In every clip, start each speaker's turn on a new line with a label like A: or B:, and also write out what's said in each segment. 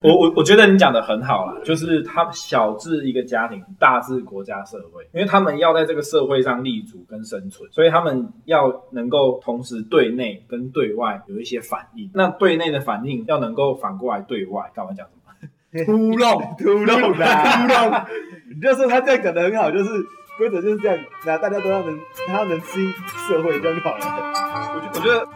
A: 我我我觉得你讲的很好啦，就是他小至一个家庭，大至国家社会，因为他们要在这个社会上立足跟生存，所以他们要能够同时对内跟对外有一些反应。那对内的反应要能够反过来对外，干嘛讲什么？
B: 突弄
C: 突弄啦，
B: 突弄， 你就说他这样讲的很好，就是规则就是这样，那大家都要能，他要能适应社会这样就好了。
A: 我觉我觉得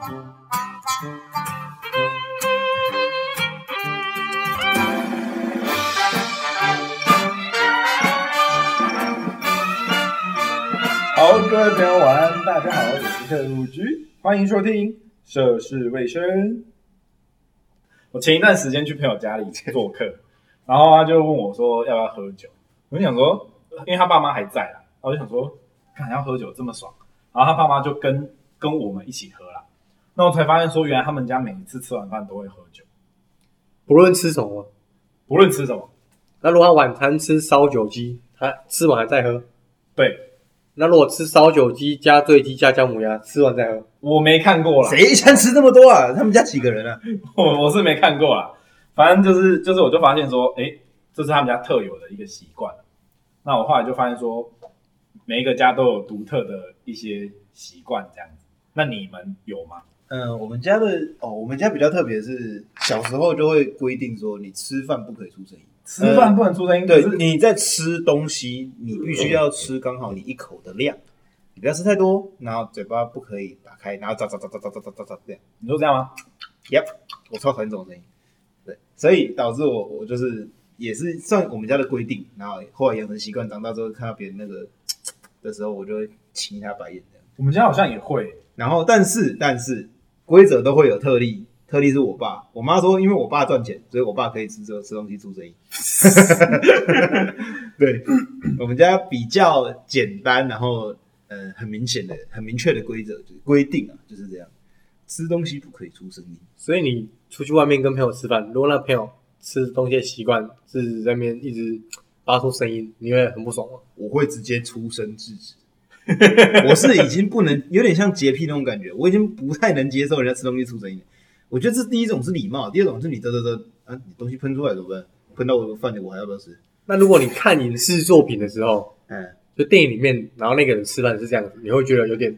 B: 好，各位朋友晚安，大家好，我是特务局，
A: 欢迎收听涉世未深。我前一段时间去朋友家里做客， 然后他就问我说要不要喝酒，我就想说，因为他爸妈还在啦，然后我就想说，看要喝酒这么爽，然后他爸妈就跟跟我们一起喝啦。那我才发现说，原来他们家每一次吃完饭都会喝酒，
C: 不论吃什么，
A: 不论吃什么。
C: 那如果他晚餐吃烧酒鸡，他吃完还在喝；
A: 对
C: 那如果吃烧酒鸡加醉鸡加姜母鸭，吃完再喝。
A: 我没看过啦，
B: 谁一餐吃那么多啊？他们家几个人啊？
A: 我我是没看过啦，反正就是就是，我就发现说，哎、这是他们家特有的一个习惯。那我后来就发现说，每一个家都有独特的一些习惯，这样子。那你们有吗？
B: 嗯，我们家的哦，我们家比较特别是小时候就会规定说，你吃饭不可以出声音。
A: 吃饭不能出声音，可
B: 对
A: 是，
B: 你在吃东西，你必须要吃刚好你一口的量，你不要吃太多，然后嘴巴不可以打开，然后喳喳喳喳喳喳喳喳这样。
A: 你说这样吗？
B: Yep，我超讨厌这种声音。对，所以导致我我就是也是算我们家的规定，然后后来养成习惯，长大之后看到别人那个的时候，我就会亲他白眼这样。
A: 我们家好像也会，
B: 然后但是但是规则都会有特例，特例是我爸，我妈说因为我爸赚钱，所以我爸可以吃这吃东西出声音。 对，我们家比较简单，然后呃很明显的、很明确的规则就是规定啊，就是这样，吃东西不可以出声音。
C: 所以你出去外面跟朋友吃饭，如果那朋友吃东西的习惯是在那边一直发出声音，你会很不爽吗？
B: 我会直接出声制止。 我是已经不能，有点像洁癖那种感觉，我已经不太能接受人家吃东西出声音了。我觉得这第一种是礼貌，第二种是你嘚嘚嘚啊，你东西喷出来怎么办？喷到我的饭里，我还要不要吃？
C: 那如果你看影视作品的时候，
B: 嗯，
C: 就电影里面，然后那个人吃饭是这样子，你会觉得有点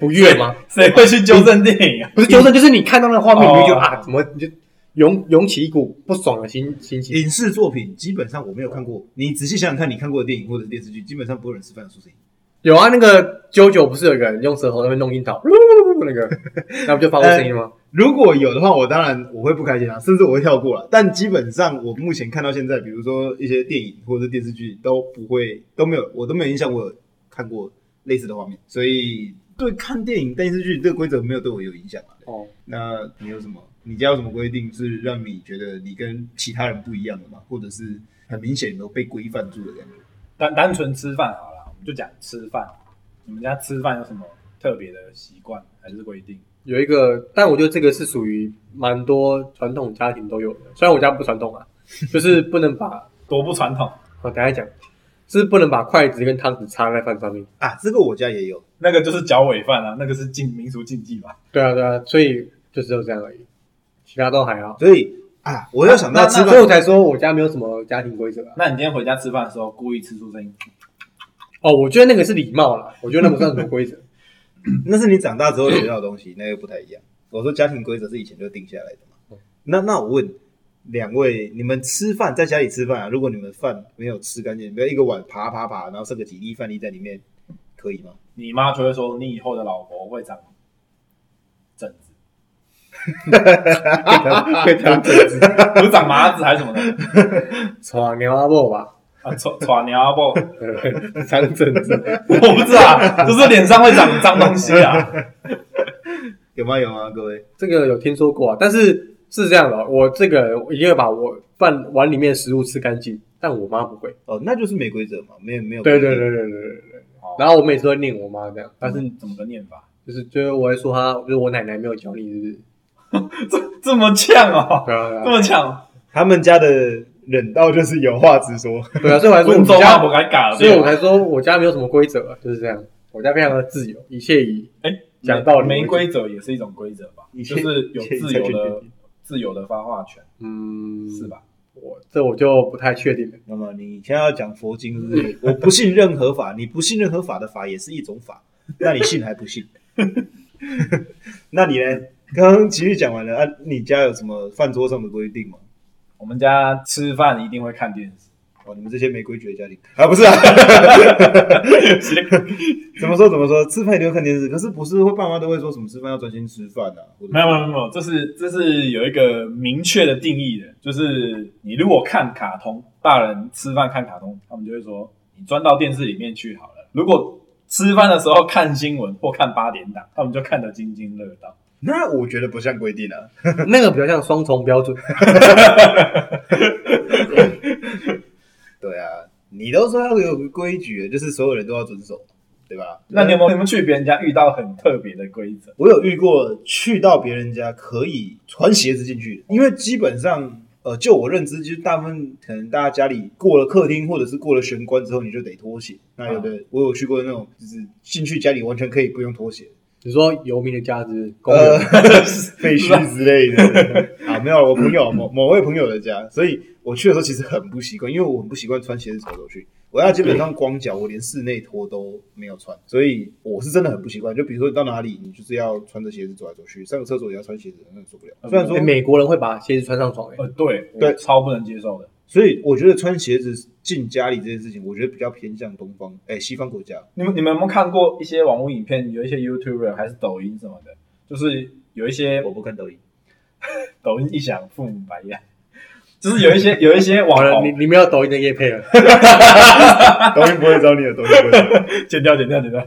C: 不悦吗？
A: 谁会去纠正电影啊？
C: 不是纠正，就是你看到那个画面，你会觉得
A: 哦
C: 啊，怎么你就涌涌起一股不爽的心心情？
B: 影视作品基本上我没有看过，你仔细想想看，你看过的电影或者是电视剧，基本上不会有人吃饭出声音。
C: 有啊，那个啾啾不是有一个人用舌头在那边弄樱桃，那个，那不就发出声音吗？
B: 如果有的话，我当然我会不开心啊，甚至我会跳过了。但基本上我目前看到现在，比如说一些电影或者是电视剧，都不会都没有，我都没有印象我有看过类似的画面。所以对看电影、电视剧这个规则没有对我有影响啊。
C: 哦，
B: 那你有什么？你家有什么规定是让你觉得你跟其他人不一样的吗？或者是很明显有被规范住的感觉？
A: 单单纯吃饭好了，我们就讲吃饭。你们家吃饭有什么特别的习惯还是规定？
C: 有一个，但我觉得这个是属于蛮多传统家庭都有的，虽然我家不传统啊，就是不能把，
A: 多不传统，
C: 我等一下讲，就是不能把筷子跟汤匙插在饭上面。
B: 啊，这个我家也有。
A: 那个就是脚尾饭啊，那个是禁民俗禁忌吧？
C: 对啊，对啊，所以就只有这样而已，其他都还好。
B: 所以啊，我要想到吃
C: 所以
B: 饭，
C: 我才说我家没有什么家庭规则啊。
A: 那你今天回家吃饭的时候故意吃出声音，
C: 哦，我觉得那个是礼貌啦，我觉得那不算什么规则。
B: 那是你长大之后学到的东西，那又不太一样。我说家庭规则是以前就定下来的嘛。那那我问两位，你们吃饭在家里吃饭啊？如果你们饭没有吃干净，不要一个碗爬爬爬，然后剩个几粒饭粒在里面，可以吗？
A: 你妈就会说你以后的老婆会长疹子，
C: 非常正直，
A: 不是长麻子还是什么的
C: 耍牛阿伯吧，
A: 啊，喘喘尿不？我
C: 非常正直。
A: 不知道啊，就是脸上会长脏东西啊。
B: 有吗？有吗？各位，
C: 这个有听说过啊，但是是这样的哦，我这个人一定会把我饭碗里面的食物吃干净，但我妈不会。
B: 哦，那就是没规则嘛，没有没有。
C: 对对，对对对对对。然
A: 后
C: 后我每次会念我妈这样，但
A: 但
C: 是
A: 是怎么个念法？
C: 就是就是我会说她，就是我奶奶没有教你，是不是？
A: 这这么呛哦，
C: 对啊对
A: 这
C: 啊
A: 么呛，
B: 他们家的忍道就是有话直说。
C: 对啊，所以我还说我
A: 温
C: 们
A: 州话
C: 家
A: 不，敢改了。
C: 所以我才说我家没有什么规则啊，就是这样，我家非常的自由，一切以讲道理
A: 哎没规则也是一种规则吧，
B: 以
A: 就
B: 前
A: 是有自
B: 以前才
A: 由
B: 觉
A: 的
B: 得
A: 自由的发话权，
C: 嗯
A: 是吧？
C: 这我就不太确定了。
B: 那么你现在要讲佛经，是不是？ 我不信任何法，你不信任何法的法也是一种法，那你信还不信？ 那你呢？刚刚其实讲完了啊，你家有什么饭桌上的规定吗？
A: 我们家吃饭一定会看电 视，
B: 哦，你们这些没规矩的家庭啊，不是啊， 怎么说怎么说，吃饭一定会看电视，可是不是会爸妈都会说什么吃饭要专心吃饭啊？或者
A: 没有没有没有没有，这是这是有一个明确的定义的，就是你如果看卡通，大人吃饭看卡通，他们就会说你钻到电视里面去好了。如果吃饭的时候看新闻或看八点档，他们就看得津津乐道。
B: 那我觉得不像规定啊，
C: 那个比较像双重标准，
B: 对啊，你都说要有规矩，就是所有人都要遵守，对吧？
A: 那你有没有你们去别人家遇到很特别的规则？
B: 我有遇过去到别人家可以穿鞋子进去，因为基本上，呃，就我认知，就是大部分可能大家家里过了客厅或者是过了玄关之后，你就得脱鞋。那有的、我有去过那种，就是进去家里完全可以不用脱鞋，
C: 你说游民的价值公
B: 呃
C: 园，
B: 废墟之类的。 啊，没有，我朋友某某位朋友的家，所以我去的时候其实很不习惯，因为我很不习惯穿鞋子走来走去。我要基本上光脚，我连室内拖都没有穿，所以我是真的很不习惯。就比如说你到哪里，你就是要穿着鞋子走来走去，上个厕所也要穿鞋子，那受不了。虽然
C: 诶
B: 说，
C: 哎美国人会把鞋子穿上床、诶哎
A: 呃，对我
B: 对
A: 超不能接受的。
B: 所以我觉得穿鞋子进家里这件事情，我觉得比较偏向东方，哎、西方国家。
A: 你们你们有没有看过一些网络影片？有一些 YouTuber 还是抖音什么的，就是有一些
B: 我不看抖音，
A: 抖音一响，父母白眼， 就是有一些有一些网
C: 好了，你
A: 红，
C: 你们要抖音的夜配了，
B: 抖音不会找你的，抖音不会找你。
A: 剪掉剪掉剪掉，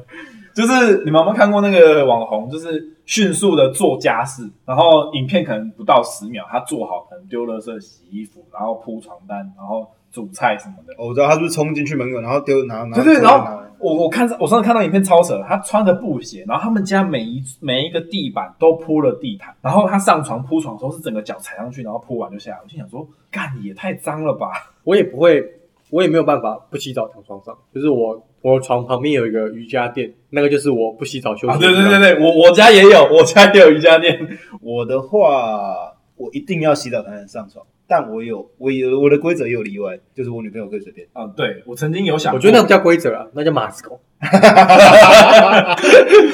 A: 就是你们有没有看过那个网红，就是迅速的做家事，然后影片可能不到十秒，他做好，可能丢垃圾、洗衣服，然后铺床单，然后煮菜什么的。
B: 哦我知道他是不是冲进去门口，然后丢拿拿
A: 对对，
B: 丢
A: 然后
B: 拿
A: 我我看我上次看到影片超扯，他穿着布鞋，然后他们家每一每一个地板都铺了地毯，然后他上床铺床的时候是整个脚踩上去，然后铺完就下来。我心想说，干也太脏了吧？
C: 我也不会，我也没有办法不洗澡躺床上，就是我我床旁边有一个瑜伽垫，那个就是我不洗澡休息、
A: 啊， 对对对，对，我我家也有，我家也有瑜伽垫。
B: 我的话，我一定要洗澡才能上床，但我有我有我的规则也有例外，就是我女朋友可以随便。
A: 啊，对我曾经有想过，
C: 我觉得那不叫规则啊，那叫马斯狗。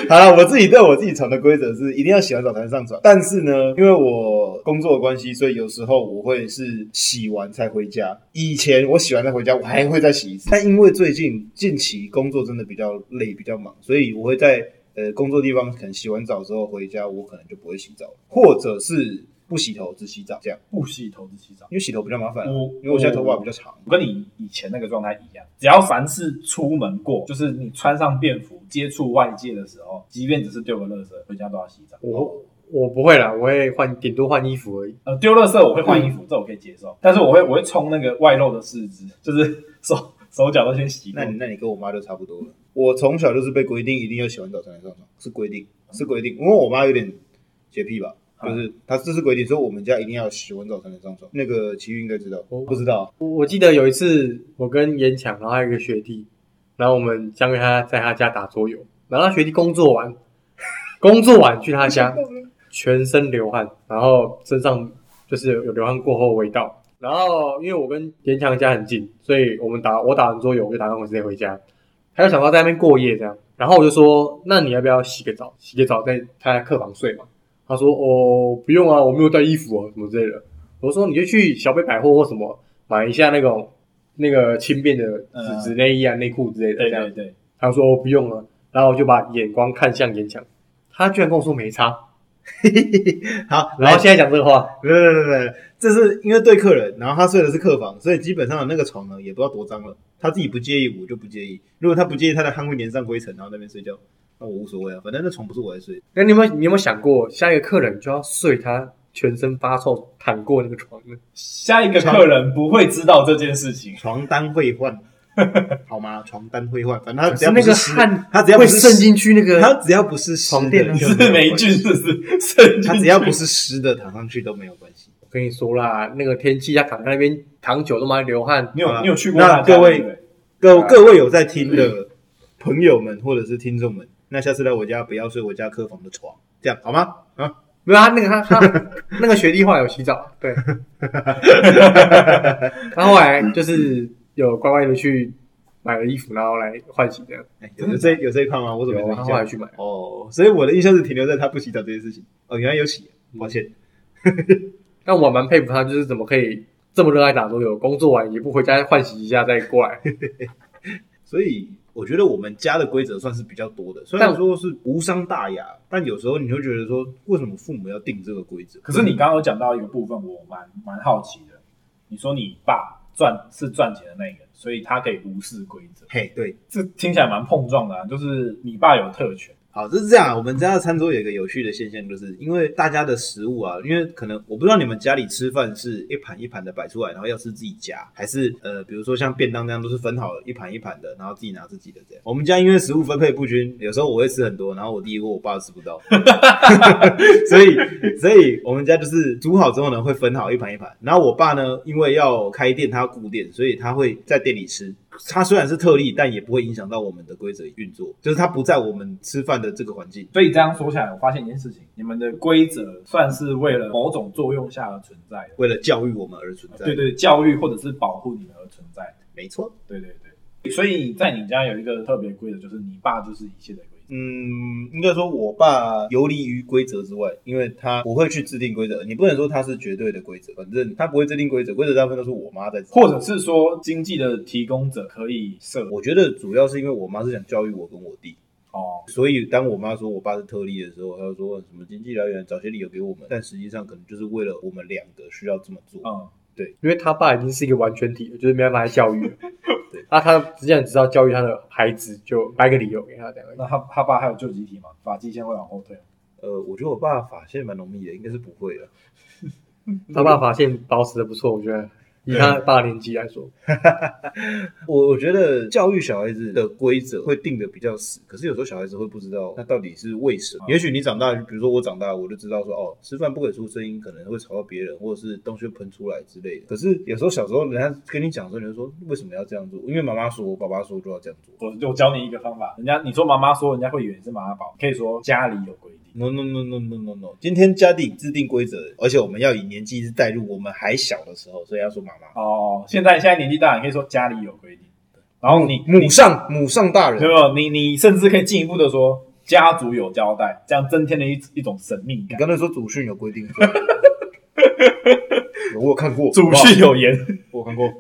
B: 好了，我自己对我自己床的规则是一定要洗完澡才能上床，但是呢，因为我工作的关系，所以有时候我会是洗完才回家。以前我洗完再回家，我还会再洗一次，但因为最近近期工作真的比较累，比较忙，所以我会在呃工作地方可能洗完澡之后回家，我可能就不会洗澡了，或者是不洗头只洗澡这样，
A: 不洗头只洗澡。
B: 因为洗头比较麻烦啊、
A: 我
B: 因为我现在头发比较长。
A: 我跟你以前那个状态一样，只要凡是出门过，就是你穿上便服接触外界的时候，即便只是丢个垃圾，回家都要洗澡。
C: 我我不会啦，我会换，顶多换衣服而已。
A: 呃，丢垃圾我会换衣
B: 嗯
A: 服，这我可以接受，但是我会我会冲那个外露的四肢，就是 手手脚都先洗过
B: 那。你那你跟我妈就差不多了。我从小就是被规定一定要洗完澡才能上床，是规定，是规定。因为我妈有点洁癖吧，就是
C: 嗯
B: 她这是规定，所以我们家一定要洗完澡才能上床。那个奇遇应该知道，
C: 哦
B: 不知道
C: 我我记得有一次，我跟严强，然后还有一个学弟，然后我们相约他在他家打桌游，然后他学弟工作完，工作完去他家，全身流汗，然后身上就是有流汗过后的味道。然后因为我跟严强家很近，所以我们打我打完桌游，我就打算我直接回家。他就想到在那边过夜这样，然后我就说，那你要不要洗个澡？洗个澡在他在客房睡嘛？他说哦，不用啊，我没有带衣服啊，什么之类的。我说你就去小北百货或什么买一下那种那个轻便的
A: 嗯
C: 纸纸内衣啊、内裤之类的
A: 对
C: 这样
A: 对。对，
C: 他说、哦、不用了，然后我就把眼光看向严强，他居然跟我说没差，
B: 哎好，
C: 然后
B: 来，
C: 现在讲这个话，
B: 对对对对，这是因为对客人，然后他睡的是客房，所以基本上那个床呢也不知道多脏了，他自己不介意，我就不介意。如果他不介意，他的汗会粘上灰尘，然后在那边睡觉，那我无所谓啊，反正那床不是我在睡。
C: 那你有没有你有没有想过，下一个客人就要睡他全身发臭躺过那个床呢？
A: 下一个客人不会知道这件事情。
B: 床单会换， 好吗？床单会换，反正他
C: 可
B: 只
C: 是
B: 要
C: 那
B: 不
C: 个
B: 是湿
C: 汗，
B: 他只要不
C: 会
B: 是
C: 渗
B: 湿
C: 进去那
B: 他
C: 个，
B: 只要不是湿的
C: 床垫呢
B: 就没
A: 是
B: 有
A: 霉
B: 关
A: 菌，
B: 系
A: 是不是？甚
B: 他
A: 至
B: 只要不是湿的躺上去都没有关系。
C: 我跟你说啦，那个天气他躺在那边躺久都妈流汗，
A: 你有你有去过
B: 那
A: 他家
B: 各位
A: 对不对
B: 各各位有在听的朋友们或者是听众们，那下次来我家不要睡我家客房的床，这样好吗？啊，
C: 没有他那个他他那个学弟后来有洗澡， 对，他后来就是有乖乖的去买了衣服，然后来换洗这样，
B: 哎有有这有这一块吗？我怎么
C: 有
B: 没
C: 啊
B: 印
C: 他
B: 象
C: 后来去买，
B: 哦，所以我的印象是停留在他不洗澡这件事情。哦，原来有洗，抱歉。
C: 但我蛮佩服他，就是怎么可以这么热爱打桌游，工作完也不回家换洗一下再过来，
B: 所以我觉得我们家的规则算是比较多的，虽然说是无伤大雅，但有时候你会觉得说，为什么父母要定这个规则？嗯
A: 可是你刚刚有讲到一个部分，我蛮蛮好奇的。你说你爸赚是赚钱的那个，所以他可以无视规则，
B: 嘿，对，
A: 这听起来蛮碰撞的啊。就是你爸有特权，
B: 好，就是这样啊。我们家的餐桌有一个有趣的现象，就是因为大家的食物啊，因为可能我不知道你们家里吃饭是一盘一盘的摆出来，然后要吃自己夹，还是呃，比如说像便当那样都是分好一盘一盘的，然后自己拿自己的这样。我们家因为食物分配不均，有时候我会吃很多，然后我弟或我爸吃不到， 所以，所以我们家就是煮好之后呢，会分好一盘一盘。然后我爸呢，因为要开店，他要顾店，所以他会在店里吃。他虽然是特例，但也不会影响到我们的规则运作，就是他不在我们吃饭的这个环境。
A: 所以这样说起来，我发现一件事情：你们的规则算是为了某种作用下而存在的，
B: 为了教育我们而存在，
A: 对，对，教育或者是保护你们而存在的。
B: 没错。
A: 对对对，所以在你家有一个特别规则，就是你爸就是一切的规则。
B: 嗯，应该说我爸游离于规则之外，因为他不会去制定规则，你不能说他是绝对的规则，反正他不会制定规则，规则大部分都是我妈在制定。
A: 或者是说，经济的提供者可以设
B: 我觉得主要是因为我妈是想教育我跟我弟，
A: 哦，
B: 所以当我妈说我爸是特例的时候，她就说什么经济来源找些理由给我们，但实际上可能就是为了我们两个需要这么做。
A: 嗯，
C: 因为他爸已经是一个完全体了，就是没办法来教育了。那、他只想知道教育他的孩子，就掰个理由给他这样而已。
A: 那他他爸还有救济题吗？发际线会往后退吗？
B: 呃，我觉得我爸发线蛮浓密的，应该是不会的。
C: 他爸发现保持的不错，我觉得以他爸的年纪来说，
B: 我我觉得教育小孩子的规则会定的比较死，可是有时候小孩子会不知道那到底是为什么。也许你长大，比如说我长大，我就知道说哦，吃饭不可以出声音，可能会吵到别人，或者是东西会喷出来之类的。可是有时候小时候人家跟你讲的时候，你就说为什么要这样做？因为妈妈说，爸爸说就要这样做。
A: 我我教你一个方法，人家你说妈妈说，人家会以为你是妈妈宝，可以说家里有规定。
B: No no no no no no no！今天家庭制定规则，而且我们要以年纪是带入我们还小的时候，所以要说妈妈。
A: 哦，现在现在年纪大，你可以说家里有规定。然后你
B: 母上母上大
A: 对
B: 人，
A: 不？你你甚至可以进一步的说家族有交代，这样增添了一一种神秘
B: 你
A: 感。
B: 刚才说祖训有规定， 我有看过
A: 祖训，有言，
B: 我有看过。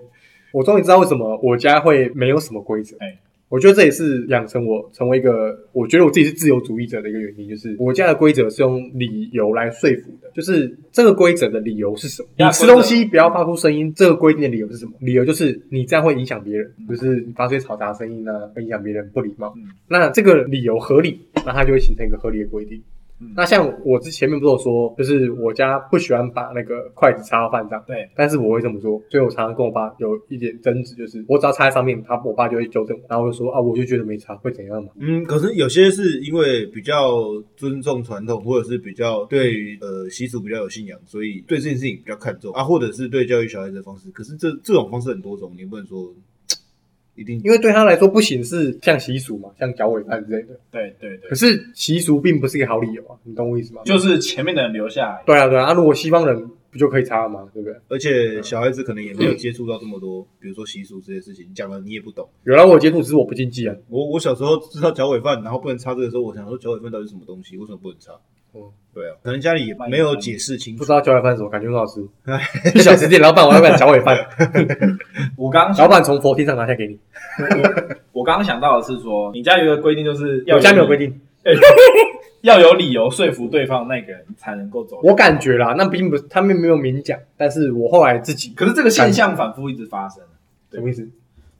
C: 我终于知道为什么我家会没有什么规则
A: 哎。
C: 我觉得这也是养成我成为一个，我觉得我自己是自由主义者的一个原因，就是我家的规则是用理由来说服的，就是这个规则的理由是什么？你
A: 那
C: 吃
A: 规则
C: 东西不要发出声音，这个规定的理由是什么？理由就是你这样会影响别人，就是你发出嘈杂声音啊，会影响别人，不礼貌。
A: 嗯
C: 那这个理由合理，那它就会形成一个合理的规定。
A: 嗯
C: 那像我之前面不是有说，就是我家不喜欢把那个筷子插到饭上，
A: 对，
C: 但是我会这么做，所以我常常跟我爸有一点争执，就是我只要插在上面，他我爸就会纠正我，然后我就说啊，我就觉得没插，会怎样嘛？
B: 嗯，可是有些是因为比较尊重传统，或者是比较对于呃习俗比较有信仰，所以对这件事情比较看重啊，或者是对教育小孩子的方式。可是这这种方式很多种，你不能说一定
C: 因为对他来说不行是像习俗嘛，像脚尾饭之类的，
A: 对对对
C: 可，是习俗并不是一个好理由啊，你懂我意思吗？
A: 就是前面的人留下来，
C: 对啊对啊，啊如果西方人不就可以插了吗？对不对？
B: 而且小孩子可能也没有接触到这么多，比如说习俗这些事情，讲了你也不懂。
C: 有来我接触，只是我不禁忌啊。
B: 我我小时候知道脚尾饭，然后不能插这个时候，我想说脚尾饭到底是什么东西，为什么不能插？
C: 哦
B: 对啊，可能家里也没有解释清
C: 不
B: 楚
C: 知。道脚尾饭是什么，感觉很好 吃。去小吃店，老板我要不要脚尾饭？
A: 我刚刚
C: 老板从佛厅上拿下给你。
A: 我刚刚想到的是说，你家有一个规定，就是要
C: 我家没有规定，
A: 要有理由说服对方那个人才能够走。
C: 我感觉啦，那并不是他们没有明讲，但是我后来自己
A: 可是这个现象反复一直发生，
C: 什么意思？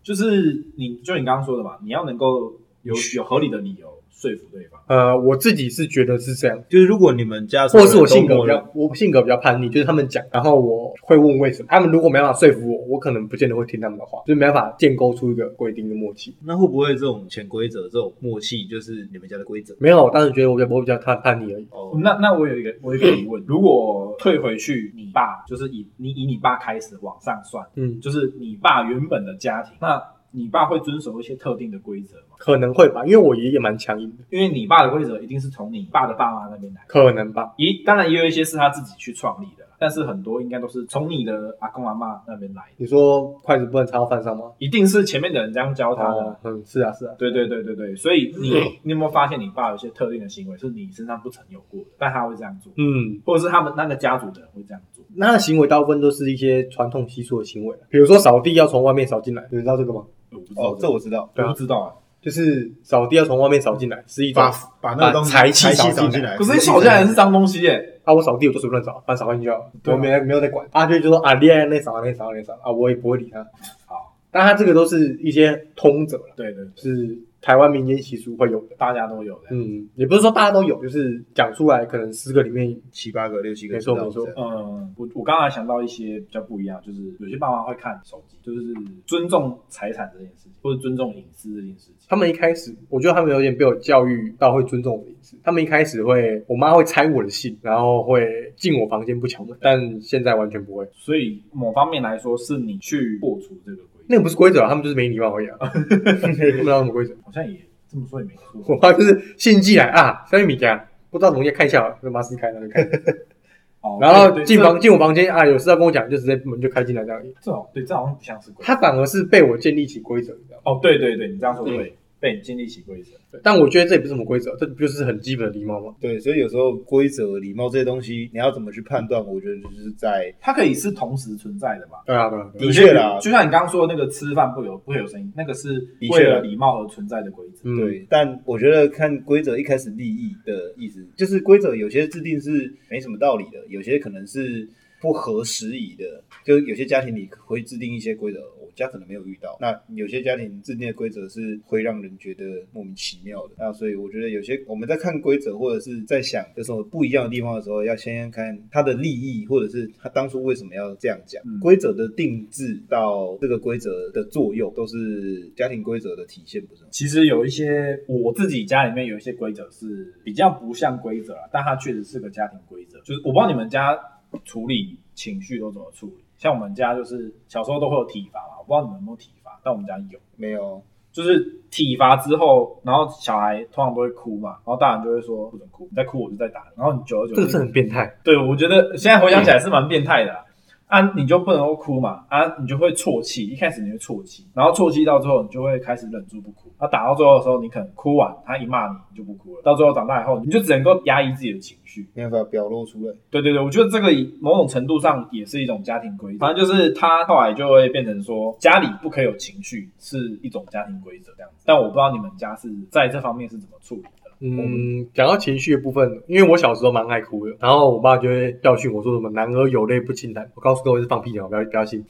A: 就是你就你刚刚说的嘛，你要能够有有合理的理由说服对方。
C: 呃，我自己是觉得是这样，
B: 就是如果你们家
C: 或者是我性格
B: 都
C: 比
B: 没有
C: 较，我性格比较叛逆，就是他们讲，然后我会问为什么。他们如果没办法说服我，我可能不见得会听他们的话，就是没办法建构出一个规定的默契。
B: 那会不会这种潜规则、这种默契，就是你们家的规则？
C: 没有，我当时觉得我比较我比较叛叛逆而已。
B: 哦，
A: 那那我有一个我有一个疑问，如果退回去，你爸就是以你以你爸开始往上算，
C: 嗯，
A: 就是你爸原本的家庭，那你爸会遵守一些特定的规则吗？
C: 可能会吧，因为我爷爷蛮强硬的，
A: 因为你爸的规则一定是从你爸的爸妈那边来，
C: 可能吧。
A: 咦，当然也有一些是他自己去创立的啦，但是很多应该都是从你的阿公阿妈那边来的，
C: 你说筷子不能插到饭上吗？
A: 一定是前面的人这样教他的啊。
C: 哦，嗯，是啊，是啊，
A: 对对对对对，所以你你有没有发现你爸有些特定的行为是你身上不曾有过的，但他会这样做，
C: 嗯，
A: 或者是他们那个家族的人会这样做？
C: 那他的行为大部分都是一些传统习俗的行为，比如说扫地要从外面扫进来，你知道这个吗？
A: 我不知道
B: 哦，这我知道，
A: 我不知道啊。
C: 就是扫地要从外面扫进来，是一种
B: 把把那个东西
C: 把财气扫
B: 扫
C: 进
B: 进
C: 来
B: 来，
A: 可是你吵架也是脏东西耶，
C: 啊，我扫地我就随便乱扫，反正扫完就好，
A: 对啊
C: 我没没有在管。阿、啊、就就说啊，恋爱那扫那扫那扫啊，我也不会理他。
A: 好，
C: 但他这个都是一些通则了，
A: 对对对，
C: 是台湾民间习俗会有的。
A: 大家都有的。
C: 嗯，也不是说大家都有，就是讲出来可能十个里面
B: 七八个、六七个，
C: 没错
B: 知道
C: 没错
B: 这样
A: 嗯，我我刚才想到一些比较不一样，就是有些爸妈会看手机，就是尊重财产这件事情，或者尊重隐私这件事情。
C: 他们一开始，我觉得他们有点被我教育到会尊重我的隐私。他们一开始会，我妈会拆我的信，然后会进我房间不敲门，但现在完全不会。
A: 所以某方面来说，是你去破除这个规
C: 那
A: 定，
C: 个不是规则啊，他们就是没礼貌而已啊。 他们哪有什么规则？
A: 好像也这么说也没
C: 我
A: 错。
C: 妈就是信寄来啊，三米家，不知道怎么先看一下，就妈撕开然后就 开。
A: 哦
C: 然
A: 对
C: 后
A: 对
C: 进
A: 这
C: 房进我房间啊，有事要跟我讲，就直接门就开进来这样而已。
A: 这种对这好像不像是规则。
C: 他反而是被我建立起规则，你知道吗？
A: 哦，对对对，你这样说对，被你建立起规则。
C: 但我觉得这也不是什么规则，这不就是很基本的礼貌吗？
B: 对，所以有时候规则、礼貌这些东西，你要怎么去判断？我觉得就是在
A: 它可以是同时存在的吧？
C: 对啊，对啊，对啊
B: 的确啦
A: 就像你刚刚说的那个吃饭不会有不会有声音，那个是
B: 的确
A: 为了礼貌而存在的规则。
C: 嗯
B: 对，但我觉得看规则一开始立意的意思，就是规则有些制定是没什么道理的，有些可能是不合时宜的。就有些家庭里会制定一些规则，我家可能没有遇到。那有些家庭制定的规则是会让人觉得莫名其妙的。那所以我觉得有些我们在看规则或者是在想有什么不一样的地方的时候，要先看它的利益，或者是他当初为什么要这样讲。
A: 嗯
B: 规则的定制到这个规则的作用，都是家庭规则的体现，不是吗？
A: 其实有一些我自己家里面有一些规则是比较不像规则啊，但它确实是个家庭规则。就是我不知道你们家处理情绪都怎么处理，像我们家就是小时候都会有体罚嘛，我不知道你们有没有体罚，但我们家有。
B: 没有。
A: 就是体罚之后，然后小孩通常都会哭嘛，然后大人就会说不准哭，你再哭我就再打你。然后你久而久
C: 这
A: 之，
C: 个是很变态。
A: 对，我觉得现在回
C: 嗯
A: 想起来是蛮变态的啊啊，你就不能够哭嘛，啊，你就会啜泣，一开始你会啜泣，然后啜泣到最后，你就会开始忍住不哭。那、打到最后的时候，你可能哭完，他一骂你，你就不哭了。到最后长大以后，你就只能够压抑自己的情绪。
B: 没办法表露出来。
A: 对对对，我觉得这个某种程度上也是一种家庭规则，反正就是他后来就会变成说，家里不可以有情绪是一种家庭规则这样子。但我不知道你们家是在这方面是怎么处理的。
C: 嗯，讲到情绪的部分，因为我小时候蛮爱哭的，然后我爸就会教训我说什么“男儿有泪不轻弹”，我告诉各位是放屁哦的，不要不要信。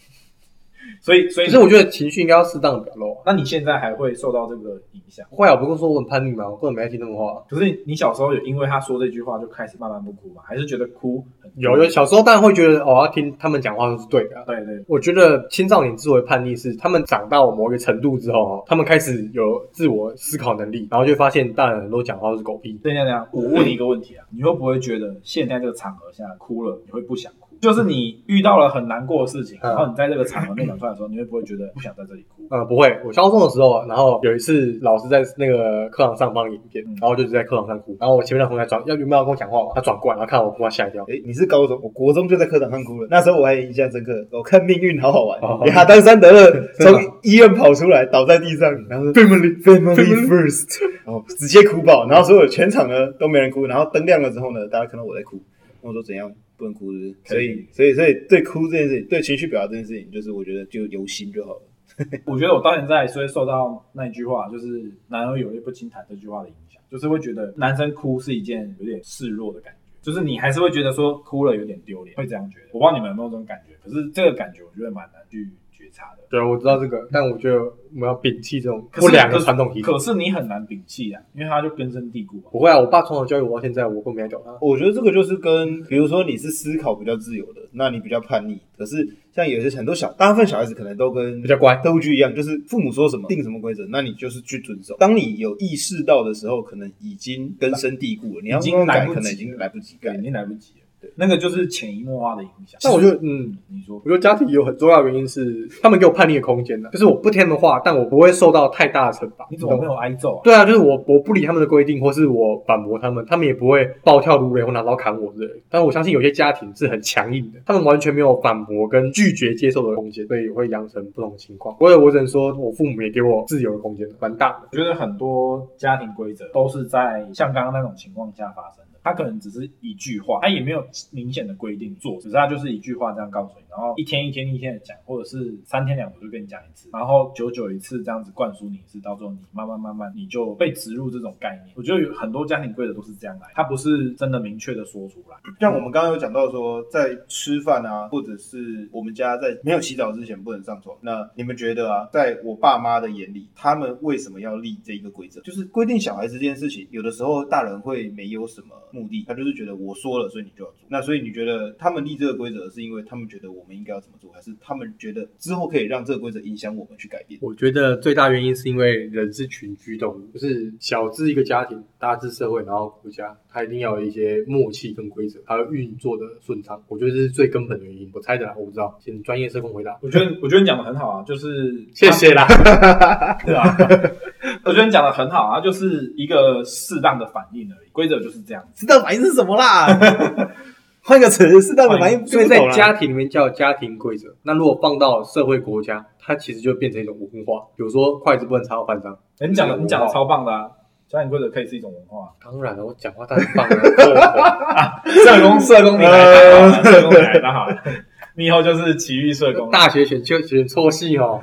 A: 所以，所以
C: 可是我觉得情绪应该要适当的表露啊。
A: 那你现在还会受到这个影响？
C: 会啊，我不过说我很叛逆嘛，我根本没爱听那种话啊。
A: 可是你小时候有因为他说这句话就开始慢慢不哭吗？还是觉得哭很
C: 有有小时候当然会觉得哦，要听他们讲话都是对的啊、
A: 对对
C: 我觉得青少年之所以叛逆，是他们长到某一个程度之后，哦他们开始有自我思考能力，然后就发现大人很多讲话都是狗屁。
A: 对，这样这样，我问你一个问题啊，你会不会觉得现在这个场合下哭了，你会不想哭？就是你遇到了很难过的事情，
C: 嗯
A: 然后你在这个场合内讲出来的时候，你会不会觉得不想在这里哭？
C: 呃，不会，我高中的时候，啊然后有一次老师在那个课堂上放影片
A: 嗯，
C: 然后就一直在课堂上哭，然后我前面那同学转要有没有要跟我讲话嘛，他转过来，然后看我哭，他吓一跳。
B: 哎，你是高中，我国中就在课堂上哭了。那时候我还印象深刻，我看《命运好好玩
C: 哦》，
B: 亚当·桑德勒
C: 真的
B: 从医院跑出来，倒在地上，然后 family family first，然后直接哭爆。然后所有全场呢都没人哭，然后灯亮了之后呢，大家看到我在哭，那我说怎样不能哭是不是？
A: 可
B: 所
A: 以
B: 以所以所以对哭这件事情，对情绪表达这件事情，就是我觉得就由心就好了。
A: 我觉得我到现在所以受到那一句话，就是“男儿有泪不轻弹”这句话的影响，就是会觉得男生哭是一件有点示弱的感觉，就是你还是会觉得说哭了有点丢脸，会这样觉得。我不知道你们有没有这种感觉，可是这个感觉我觉得蛮难去觉察的。
C: 对，啊我知道这个，但我觉得我们要摒弃这种
A: 可是
C: 不良的传统习俗。
A: 可是你很难摒弃啊，因为它就根深蒂固嘛。
C: 不会啊，我爸从小教育我到现在，我根本没在屌他。
B: 我觉得这个就是跟，比如说你是思考比较自由的，那你比较叛逆。可是像有些很多小，大部分小孩子可能都跟
C: 比较乖
B: 都具一样，就是父母说什么定什么规则，那你就是去遵守。当你有意识到的时候，可能已经根深蒂固了，你要
A: 已经来
B: 改，
A: 不及
B: 可能已经来不及改
A: 对，已。经来不及了。那个就是潜移默化的影响。
C: 但我觉得，嗯，
A: 你说
C: 我觉得家庭有很重要的原因是，他们给我叛逆的空间的，啊就是我不听他们话，但我不会受到太大的惩罚。
A: 你怎么
C: 懂
A: 没
C: 吗？
A: 有挨揍啊？
C: 对啊，就是我我不理他们的规定，或是我反驳他们，他们也不会暴跳如雷或拿刀砍我之类的。但我相信有些家庭是很强硬的，他们完全没有反驳跟拒绝接受的空间，所以会养成不同的情况。我也我只能说，我父母也给我自由的空间，蛮大的。
A: 我觉得很多家庭规则都是在像刚刚那种情况下发生的。他可能只是一句话，他也没有明显的规定做，只是他就是一句话这样告诉你，然后一天一天一天的讲，或者是三天两头就跟你讲一次，然后久久一次这样子灌输你一次，到最后你慢慢慢慢你就被植入这种概念。我觉得有很多家庭规则都是这样来，他不是真的明确的说出来。
B: 像我们刚刚有讲到说，在吃饭啊，或者是我们家在没有洗澡之前不能上床。那你们觉得啊，在我爸妈的眼里，他们为什么要立这一个规则？就是规定小孩子这件事情，有的时候大人会没有什么目的，他就是觉得我说了，所以你就要做。那所以你觉得他们立这个规则，是因为他们觉得我们应该要怎么做，还是他们觉得之后可以让这个规则影响我们去 改变？
C: 我觉得最大原因是因为人是群居动物，就是小至一个家庭，大至社会，然后国家，它一定要有一些默契跟规则，它会运作的顺畅。我觉得这是最根本的原因。我猜的啦，我不知道，请专业社工回答。
A: 我觉得我觉得你讲的很好啊，就是
C: 谢谢啦。
A: 对啊， 我觉得你讲的很好啊，就是一个适当的反应而已，规则就是这样子。
B: 适当反应是什么 啦？换个词，适当的反应，
C: 所以在家庭里面叫家庭规则，那如果放到社会国家，它其实就变成一种文化。比如说筷子不能插到饭上，
A: 欸你讲的
C: 这个文化
A: 你讲的超棒的啊！家庭规则可以是一种文化，
C: 当然了，我讲话当然棒了。
A: 社工 社工你来当好了，社工你来当好了，你以后就是奇遇社工了。
C: 大学选就选错系哦。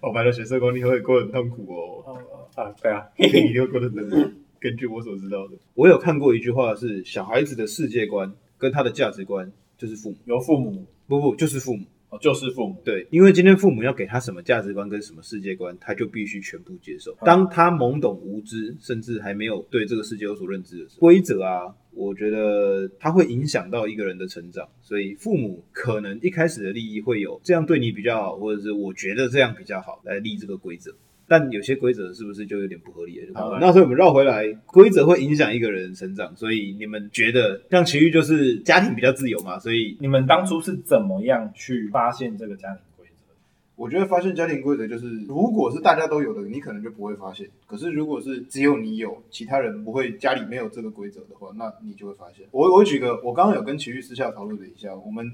B: 我白了学社工，你会过得很痛苦哦。
C: 啊，对啊，
B: 一定会过得很苦。根据我所知道的，我有看过一句话是：小孩子的世界观跟他的价值观就是父母，
A: 由父母
B: 不不就是父母。
A: 哦，就是父母，
B: 对，因为今天父母要给他什么价值观跟什么世界观，他就必须全部接受。当他懵懂无知，甚至还没有对这个世界有所认知的时候，规则啊，我觉得它会影响到一个人的成长。所以父母可能一开始的利益会有这样对你比较好，或者是我觉得这样比较好来立这个规则。但有些规则是不是就有点不合理了？
A: 好
B: 那所以我们绕回来，规则会影响一个人的成长，所以你们觉得像奇遇就是家庭比较自由嘛，所以
A: 你们当初是怎么样去发现这个家庭规则？
D: 我觉得发现家庭规则就是，如果是大家都有的，你可能就不会发现；可是如果是只有你有，其他人不会，家里没有这个规则的话，那你就会发现。我我举个，我刚刚有跟奇遇私下讨论了一下，我们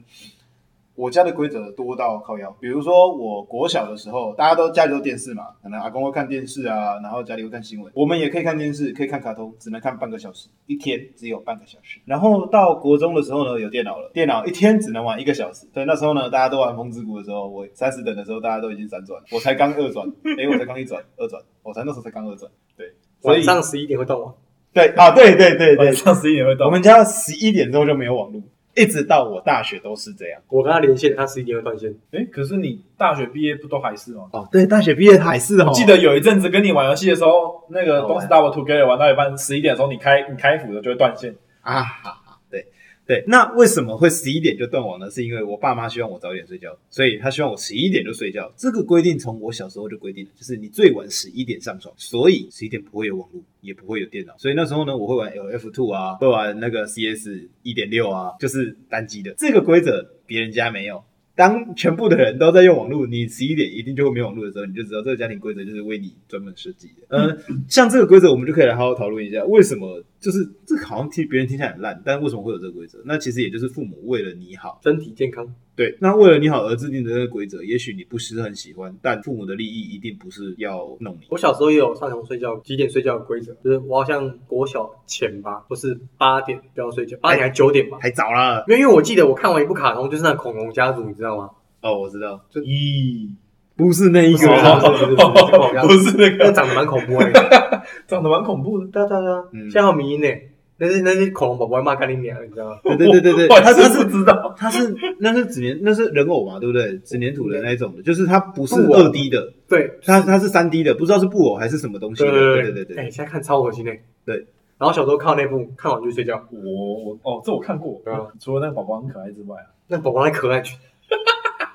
D: 我家的规则多到靠腰。比如说我国小的时候，大家都家里都电视嘛，可能阿公会看电视啊，然后家里会看新闻，我们也可以看电视，可以看卡通，只能看半个小时，一天只有半个小时。然后到国中的时候呢，有电脑了，电脑一天只能玩一个小时。所以那时候呢，大家都玩《风之谷》的时候，我三十等的时候，大家都已经三转，我才刚二转， 诶，我才刚一转，二转，我才那时候才刚二转，对，所
C: 晚
D: 以
C: 上十一点会到吗？
D: 对啊，对对对对
A: 晚，上十一点会
D: 我
A: 到，
D: 们家十一点之后就没有网络，一直到我大学都是这样。
C: 我跟他连线，他十一点会断线。
A: 哎，可是你大学毕业不都还是吗？
B: 哦，对，大学毕业还是哦，
A: 我记得有一阵子跟你玩游戏的时候，那个
B: 好玩
A: 东 o Double Together 哦玩到一半，十一点的时候你开你开服了就会断线，
B: 啊，哈哈，对对，那为什么会十一点就断网呢？是因为我爸妈希望我早点睡觉，所以他希望我十一点就睡觉。这个规定从我小时候就规定了，就是你最晚十一点上床，所以十一点不会有网络，也不会有电脑。所以那时候呢，我会玩 LF Two 啊，会玩那个 CS 一点六啊，就是单机的。这个规则别人家没有。当全部的人都在用网络，你十一点一定就会没网络的时候，你就知道这个家庭规则就是为你专门设计的。嗯、像这个规则，我们就可以来好好讨论一下，为什么就是这好像听别人听起来很烂，但为什么会有这个规则？那其实也就是父母为了你好，
C: 身体健康，
B: 对，那为了你好而制定的这个规则，也许你不是很喜欢，但父母的利益一定不是要弄你。
C: 我小时候也有上床睡觉几点睡觉的规则，就是我好像国小前吧，不是八点不要睡觉，八点还九点吧。
B: 还早啦，
C: 因为因为我记得我看完一部卡通，就是那恐龙家族，你知道吗？
B: 哦，我知道，
A: 咦，啊
B: 不是那一
C: 不是不是不是不是恐龙 家
A: 不
C: 族，
A: 是那
C: 那
A: 个，
C: 长得蛮恐怖的。
A: 长得蛮恐怖的。
C: 对啊对啊对啊，
B: 嗯
C: 现在还有迷音呢，那是那是恐龙宝宝会骂干你娘，你知道吗？
B: 对对对对对，
A: 我
B: 他他
A: 是不
B: 是
A: 知道，
B: 他是那是纸黏那是人偶嘛，对不对？纸黏土的那一种的，就是它不是
C: 布偶
B: 二 D 的，
C: 对
B: 它它是三 D 的，不知道是布偶还是什么东西的。对对对对
C: 哎，现在看超恶心呢。
B: 对。
C: 然后小时候看那部，看完就睡觉。
A: 我我哦，这我看过
C: 对啊，
A: 除了那个宝宝很可爱之外啊，
C: 那宝宝还可爱去，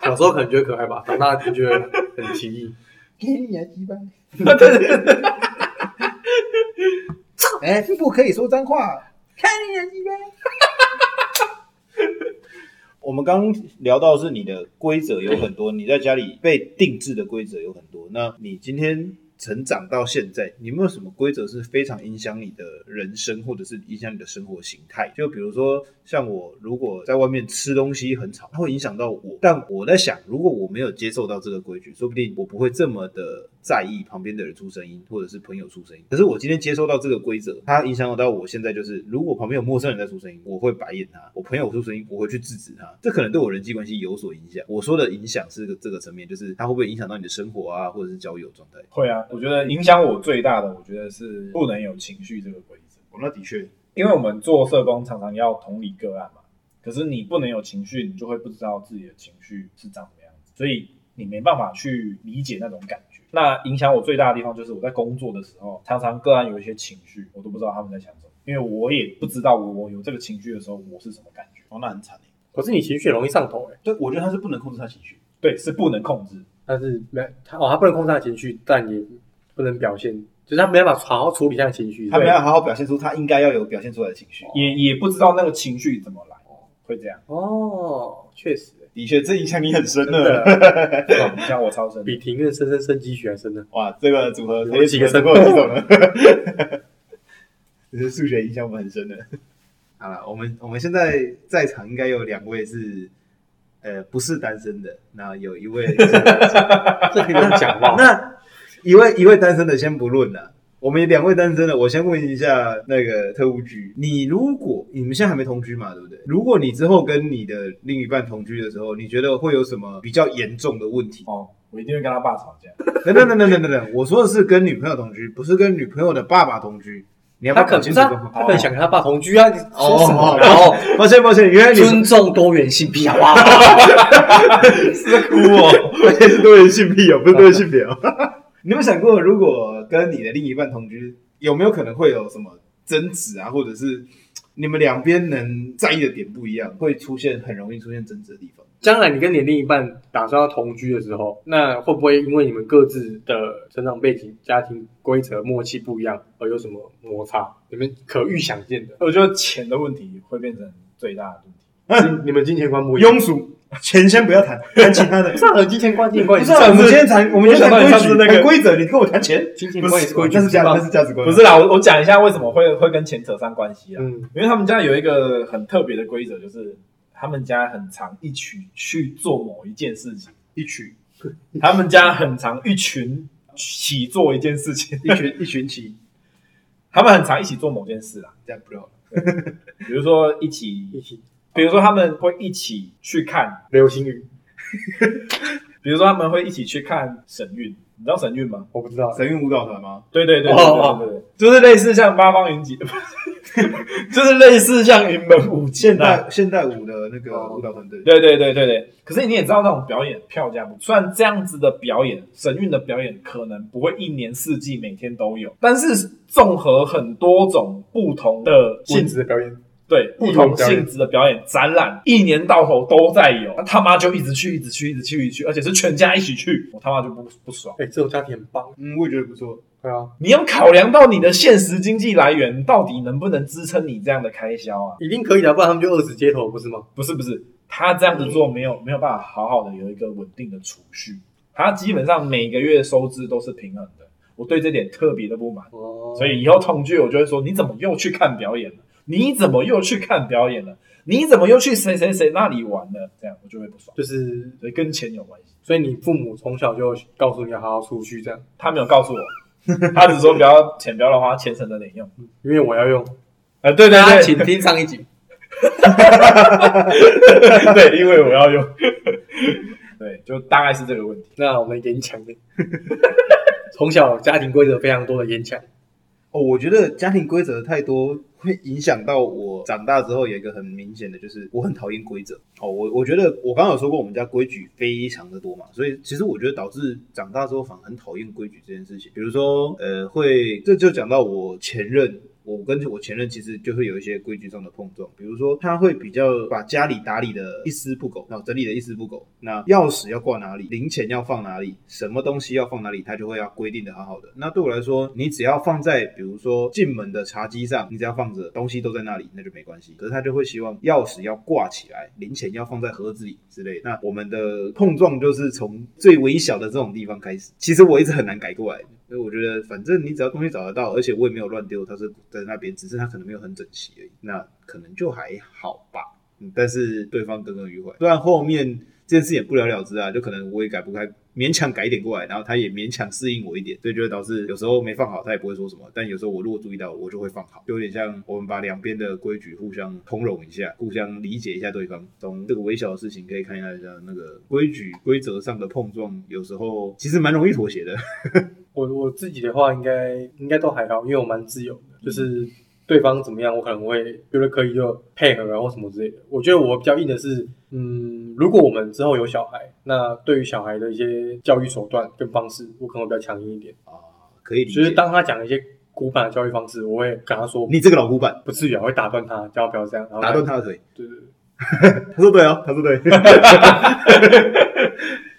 C: 小时候可能觉得可爱吧，长大就觉得很奇异。
D: 给你啊，鸡巴！
B: 哎，不可以说脏话。
D: 看你啊，鸡巴！ 我们刚刚聊到是你的规则有很多，你在家里被定制的规则有很多。那你今天成长到现在，你有没有什么规则是非常影响你的人生，或者是影响你的生活形态？就比如说，像我如果在外面吃东西很吵，它会影响到我。但我在想，如果我没有接受到这个规矩，说不定我不会这么的在意旁边的人出声音，或者是朋友出声音。可是我今天接收到这个规则，它影响到我现在就是，如果旁边有陌生人在出声音，我会白眼他；我朋友出声音，我会去制止他。这可能对我人际关系有所影响。我说的影响是这个层面，就是它会不会影响到你的生活啊，或者是交友状态？
A: 会啊，我觉得影响我最大的，我觉得是不能有情绪这个规则，
D: 哦，那的确，
A: 因为我们做社工常常要同理个案嘛，可是你不能有情绪，你就会不知道自己的情绪是长什么样子，所以你没办法去理解那种感觉。那影响我最大的地方就是我在工作的时候，常常个案有一些情绪，我都不知道他们在想什么，因为我也不知道我有这个情绪的时候我是什么感觉。
D: 哦，那很惨耶
C: 可是你情绪也容易上头哎、
D: 对，我觉得他是不能控制他情绪。
A: 对，是不能控制。
C: 但是没他哦，他不能控制他的情绪，但也不能表现，就是他没办法好好处理他的情绪。
D: 他没有好好表现出他应该要有表现出来的情绪。
A: 也也不知道那个情绪怎么来，会这样。
C: 哦，确实欸，
D: 的确，这影响你很深
C: 真
D: 了。
C: 的
A: 像我超生，
C: 比庭院深深深几许还深呢。
D: 哇，这个组合
C: 有几个
D: 生
C: 生
D: 过几种了。 只是数学影响我们很深的。
B: 好了，我们我们现在在场应该有两位是，呃，不是单身的，那有一位是，
C: 这可以这样讲吗？
B: 那一位一位单身的先不论了，我们两位单身的，我先问一下那个特务局，你如果你们现在还没同居嘛，对不对？如果你之后跟你的另一半同居的时候，你觉得会有什么比较严重的问题？
A: 哦，我一定会跟他爸吵架。
B: 等等等等等等等，我说的是跟女朋友同居，不是跟女朋友的爸爸同居。你要不
C: 他
B: 要搞
C: 可能不
B: 清
C: 是
B: 楚
C: 啊
B: 状况？
C: 他可能想跟他爸同居啊，你说什
B: 哦
C: 么？
B: 哦
C: 然后
B: 抱歉抱歉，原来你们
C: 尊重多元性癖好不好？
B: 哭哦， 而且是多元性癖哦，不是多元性别哦。 你有没有想过，如果跟你的另一半同居，有没有可能会有什么争执啊，或者是你们两边能在意的点不一样，会出现很容易出现争执的地方？
C: 将来你跟你另一半打算要同居的时候，那会不会因为你们各自的成长背景、家庭规则、默契不一样而有什么摩擦？你们可预想见的，
A: 我觉得钱的问题会变成最大的问题。
C: 金你们金钱观不一样。
B: 庸俗，钱先不要 谈，谈其他的。
C: 上了金钱观、金钱观
B: 不
C: 也
B: 是
C: 是
B: 啊，我
C: 上
B: 们
C: 次
B: 今天谈，我们今天谈
A: 我想到你
B: 规
A: 上次
B: 矩，
A: 那个
B: 谈规则，你跟我谈钱，
C: 金钱
B: 不
C: 观也是
B: 是
C: 规矩，
B: 那是价，
C: 吧
B: 那是价值观，啊
A: 不是啦，我我讲一下为什么会会跟钱扯上关系啦。
C: 嗯，
A: 因为他们家有一个很特别的规则，就是他们家很常一起去做某一件事情，
B: 一群
A: 他们家很常一群起做一件事情，
B: 一群一群起，
A: 他们很常一起做某件事啦。
B: 这样不好。
A: 比如说一起，
C: 一起
A: 比如说他们会一起去看，
C: 流星雨，
A: 比如说他们会一起去看神韵，你知道神韵吗？
C: 我不知道，
B: 神韵舞蹈团吗？
A: 对对对对
C: 哦
A: 对对对，就是类似像八方云集， 就是类似像云门舞
B: 现
A: 剑啊，
B: 代现代舞的那个舞蹈团队，
A: 对对对对对，可是你也知道那种表演票价不，虽然这样子的表演，神韵的表演可能不会一年四季每天都有，但是综合很多种不同的
C: 性质的表演，
A: 对不同性质的表演展览，一年到头都在有，那他妈就一直去，一直去，一直去，一直去，而且是全家一起去，我他妈就不不爽。
C: 哎，这种家庭很棒，
B: 嗯，我也觉得不错。
C: 对啊，
A: 你要考量到你的现实经济来源到底能不能支撑你这样的开销啊？
C: 一定可以的，不然他们就饿死街头，不是吗？
A: 不是不是，他这样子做没
C: 嗯
A: 有没有办法好好的有一个稳定的储蓄，他基本上每个月收支都是平衡的。我对这点特别的不满，
C: 哦
A: 所以以后同居我就会说，你怎么又去看表演了？你怎么又去看表演了？你怎么又去谁谁谁那里玩了？这样我就会不爽，
C: 就是，
A: 所以跟钱有关系。
C: 所以你父母从小就告诉你要好好储蓄，这样，
A: 他没有告诉 我，他只说不要钱不要乱花，钱省着点用。
C: 因为我要用。
A: 呃，对对
C: 嗯大家
A: 对，
C: 请听上一集。
A: 对，因为我要用。对，就大概是这个问题。
C: 那我们严强的， 从小家庭规则非常多的严强，
B: 哦，我觉得家庭规则太多会影响到我长大之后有一个很明显的，就是我很讨厌规则。哦，我我觉得我刚刚有说过，我们家规矩非常的多嘛，所以其实我觉得导致长大之后反而很讨厌规矩这件事情。比如说，呃，会这就讲到我前任。我跟我前任其实就会有一些规矩上的碰撞，比如说他会比较把家里打理的一丝不苟，然后整理的一丝不苟，那钥匙要挂哪里，零钱要放哪里，什么东西要放哪里，他就会要规定的好好的。那对我来说，你只要放在比如说进门的茶几上，你只要放着东西都在那里，那就没关系。可是他就会希望钥匙要挂起来，零钱要放在盒子里之类的。那我们的碰撞就是从最微小的这种地方开始。其实我一直很难改过来，所以我觉得，反正你只要东西找得到，而且我也没有乱丢，它是在那边，只是它可能没有很整齐而已，那可能就还好吧。嗯，但是对方耿耿于怀，虽然后面这件事也不了了之啊，就可能我也改不开，勉强改一点过来，然后他也勉强适应我一点，所以就会导致有时候没放好，他也不会说什么，但有时候我如果注意到，我就会放好，就有点像我们把两边的规矩互相通融一下，互相理解一下对方。从这个微小的事情可以看一下那个规矩规则上的碰撞，有时候其实蛮容易妥协的。
C: 我我自己的话应该应该都还好，因为我蛮自由的，就是对方怎么样，我可能会觉得可以就配合啊或什么之类的。我觉得我比较硬的是，嗯，如果我们之后有小孩，那对于小孩的一些教育手段跟方式，我可能会比较强硬一点。
B: 啊，可以理
C: 就是
B: 解。
C: 当他讲一些古板的教育方式，我会跟他说
B: 你这个老古板，
C: 不至于啊，我会打断他，叫他不要这样，然后
B: 打断，他的腿。
C: 对对对，
B: 他说对哦，他说 对。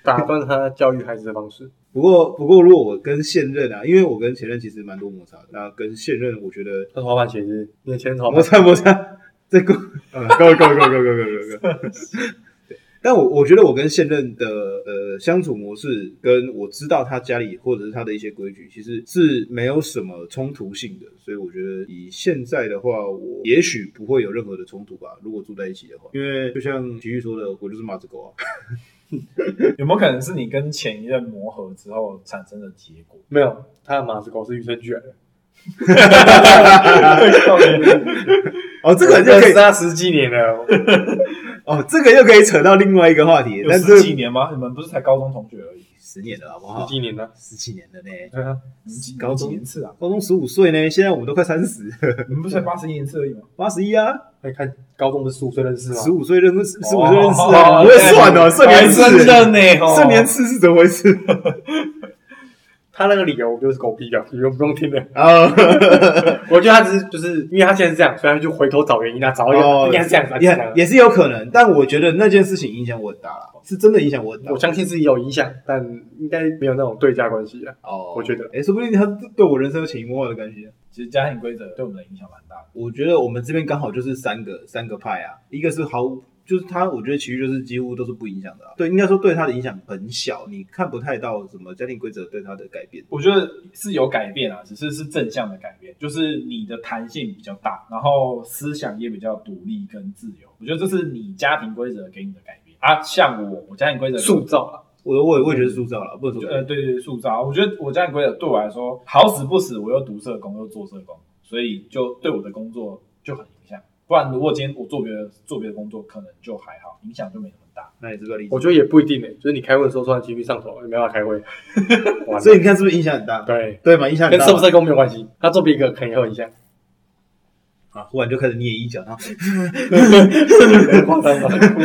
C: 打断他教育孩子的方式。
B: 不过，不过，如果我跟现任啊，因为我跟前任其实蛮多摩擦的，那跟现任我觉得
C: 他是滑板鞋子，你的前头
B: 摩擦摩擦，这 个呃，够了够了够了够了够了够了够了。 对但我我觉得我跟现任的呃相处模式，跟我知道他家里或者是他的一些规矩，其实是没有什么冲突性的，所以我觉得以现在的话，我也许不会有任何的冲突吧。如果住在一起的话，因为就像体育说的，我就是马子狗啊。
A: 有没有可能是你跟前一任磨合之后产生的结果？
C: 没有，他的马子狗是与生俱来的。
B: 哦，这个就
C: 认
B: 可以
C: 识他十几 年了，
B: 哦，这个又可以扯到另外一个话题，
A: 有
B: 但
A: 十
B: 是
A: 几年吗？你们不是才高中同学而已，
B: 十年了好不
C: 十
B: 好？
C: 几年了。
B: 十几年了呢，
C: 对啊，
A: 你们几
B: 高中
A: 你们几年次啊？
B: 高中十五岁呢，现在我们都快三十，
A: 你们不是才八十一年次而已吗？
B: 八十一啊，
C: 那哎看高中不是十五岁认识吗？
B: 十五岁认识，十五岁认识
A: 哦
B: 啊，我也算哦，顺年次，
A: 呢
B: 顺年次是怎么回事
C: 他那个理由就是狗屁啊，理由不用听的。
B: 啊？
C: 我觉得他只是就是因为他现在是这样，所以他就回头找原因啊，找一个
B: 哦
C: 应该是这样子啊，这
B: 也
C: 样子
B: 也是有可能，但我觉得那件事情影响我很大了，是真的影响我很大
C: 我。相信是有影响，但应该没有那种对价关系啊。
B: 哦
C: 我觉得，
B: 哎，说不定他对我人生有潜移默化的关系啊。
A: 其实家庭规则对我们的影响蛮大的。
B: 我觉得我们这边刚好就是三个三个派啊，一个是毫无，就是他，我觉得其余就是几乎都是不影响的、啊，对，应该说对他的影响很小，你看不太到什么家庭规则对他的改变。啊
A: 我觉得是有改变啊，只是是正向的改变，就是你的弹性比较大，然后思想也比较独立跟自由。我觉得这是你家庭规则给你的改变啊。像我，我家庭规则
C: 塑造啊，
B: 我我也我也觉得是塑造了，不能说
A: 呃，对对对，塑造。我觉得我家庭规则对我来说，好死不死，我又读社工又做社工，所以就对我的工作就很影响。不然如果今天我做别的做别的工作，可能就还好，影响就没那么大。
B: 那你是不是理
C: 我
B: 解？
C: 觉得也不一定诶、欸就是你开会的时候突然情绪上头，你没办法开会，完了
B: 所以你看是不是影响很大？
C: 对，
B: 对嘛，影响很
C: 跟
B: 大
C: 社不
B: 嘛。
C: 社工没有关系，他做别个可能也会影 响。
B: 啊，忽然就开始捏衣角，然后
C: 夸张吧？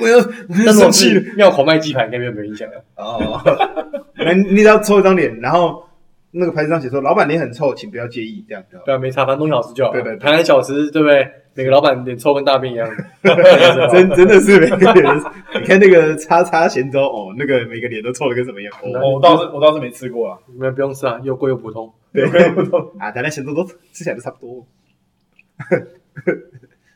B: 我要我要
C: 但是
B: 生
C: 我
B: 气了
C: 是要狂卖鸡排，应该没有没有影响啊的。
B: 哦， 那你你只要抽一张脸，然后那个牌子上写说老板脸很臭，请不要介意，这样就好。
C: 对啊，没差，反正东西好吃就好。
B: 对对对
C: 台南小吃，对不对？每个老板脸臭跟大便一样， 真
B: 真真的是每个人， 你看那个叉叉咸粥哦，那个每个脸都臭的跟什么样哦。
A: 我我倒是我倒是没吃过啊。
C: 你们不用吃啊，又贵又普通。
B: 对，啊，台南咸粥都吃起来都差不多。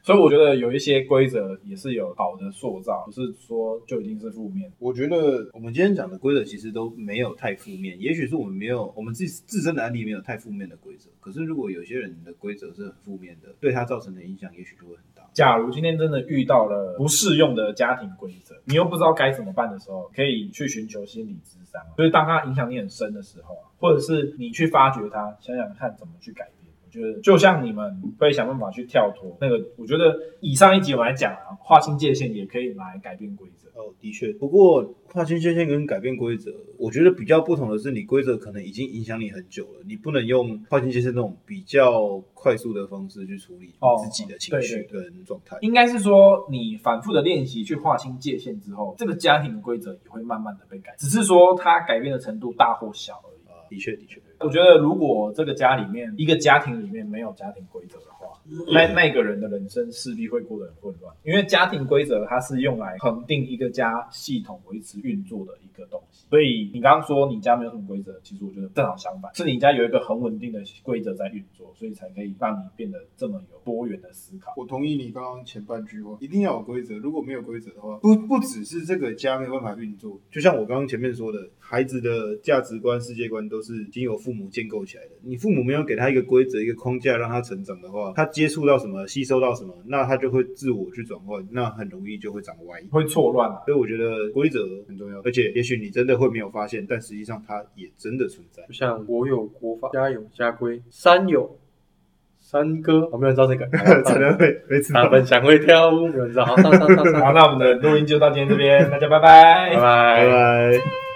A: 所以我觉得有一些规则也是有好的塑造，不是说就一定是负面。
B: 我觉得我们今天讲的规则其实都没有太负面，也许是我们没有我们自己自身的案例没有太负面的规则。可是如果有些人的规则是很负面的，对他造成的影响也许就会很大。
A: 假如今天真的遇到了不适用的家庭规则，你又不知道该怎么办的时候，可以去寻求心理咨商。就是当它影响你很深的时候啊，或者是你去发掘它，想想看怎么去改变。我觉得就像你们会想办法去跳脱那个，我觉得以上一集我来讲啊，划清界限也可以拿来改变规则。
B: 哦，的确。不过划清界限跟改变规则，我觉得比较不同的是，你规则可能已经影响你很久了，你不能用划清界限那种比较快速的方式去处理
A: 哦
B: 自己的情绪跟状态。
A: 应该是说，你反复的练习去划清界限之后，这个家庭的规则也会慢慢的被改，只是说它改变的程度大或小而已。
B: 啊的确的确，
A: 我觉得如果这个家里面一个家庭里面没有家庭规则的话，那那个人的人生势必会过得很混乱，因为家庭规则它是用来恒定一个家系统维持运作的一个东西。所以你刚刚说你家没有什么规则，其实我觉得正好相反，是你家有一个很稳定的规则在运作，所以才可以让你变得这么有多元的思考。
D: 我同意你刚刚前半句话，一定要有规则。如果没有规则的话，不不只是这个家没有办法运作，
B: 就像我刚刚前面说的，孩子的价值观、世界观都是经由父母建构起来的。你父母没有给他一个规则、一个框架让他成长的话，他接触到什么、吸收到什么，那他就会自我去转换，那很容易就会长歪。
A: 会错乱啊！
B: 所以我觉得规则很重要，而且也许你真的会没有发现，但实际上它也真的存在
C: 就。像国有国法，家有家规，山有山歌，哦我没有人知道这个，
B: 真的会 会知
C: 大
B: 道。
C: 笨象会跳 舞，没有人知道，好上上上上，
A: 好，那我们的录音就到今天这边，大家拜拜
C: 拜。拜
B: 拜拜。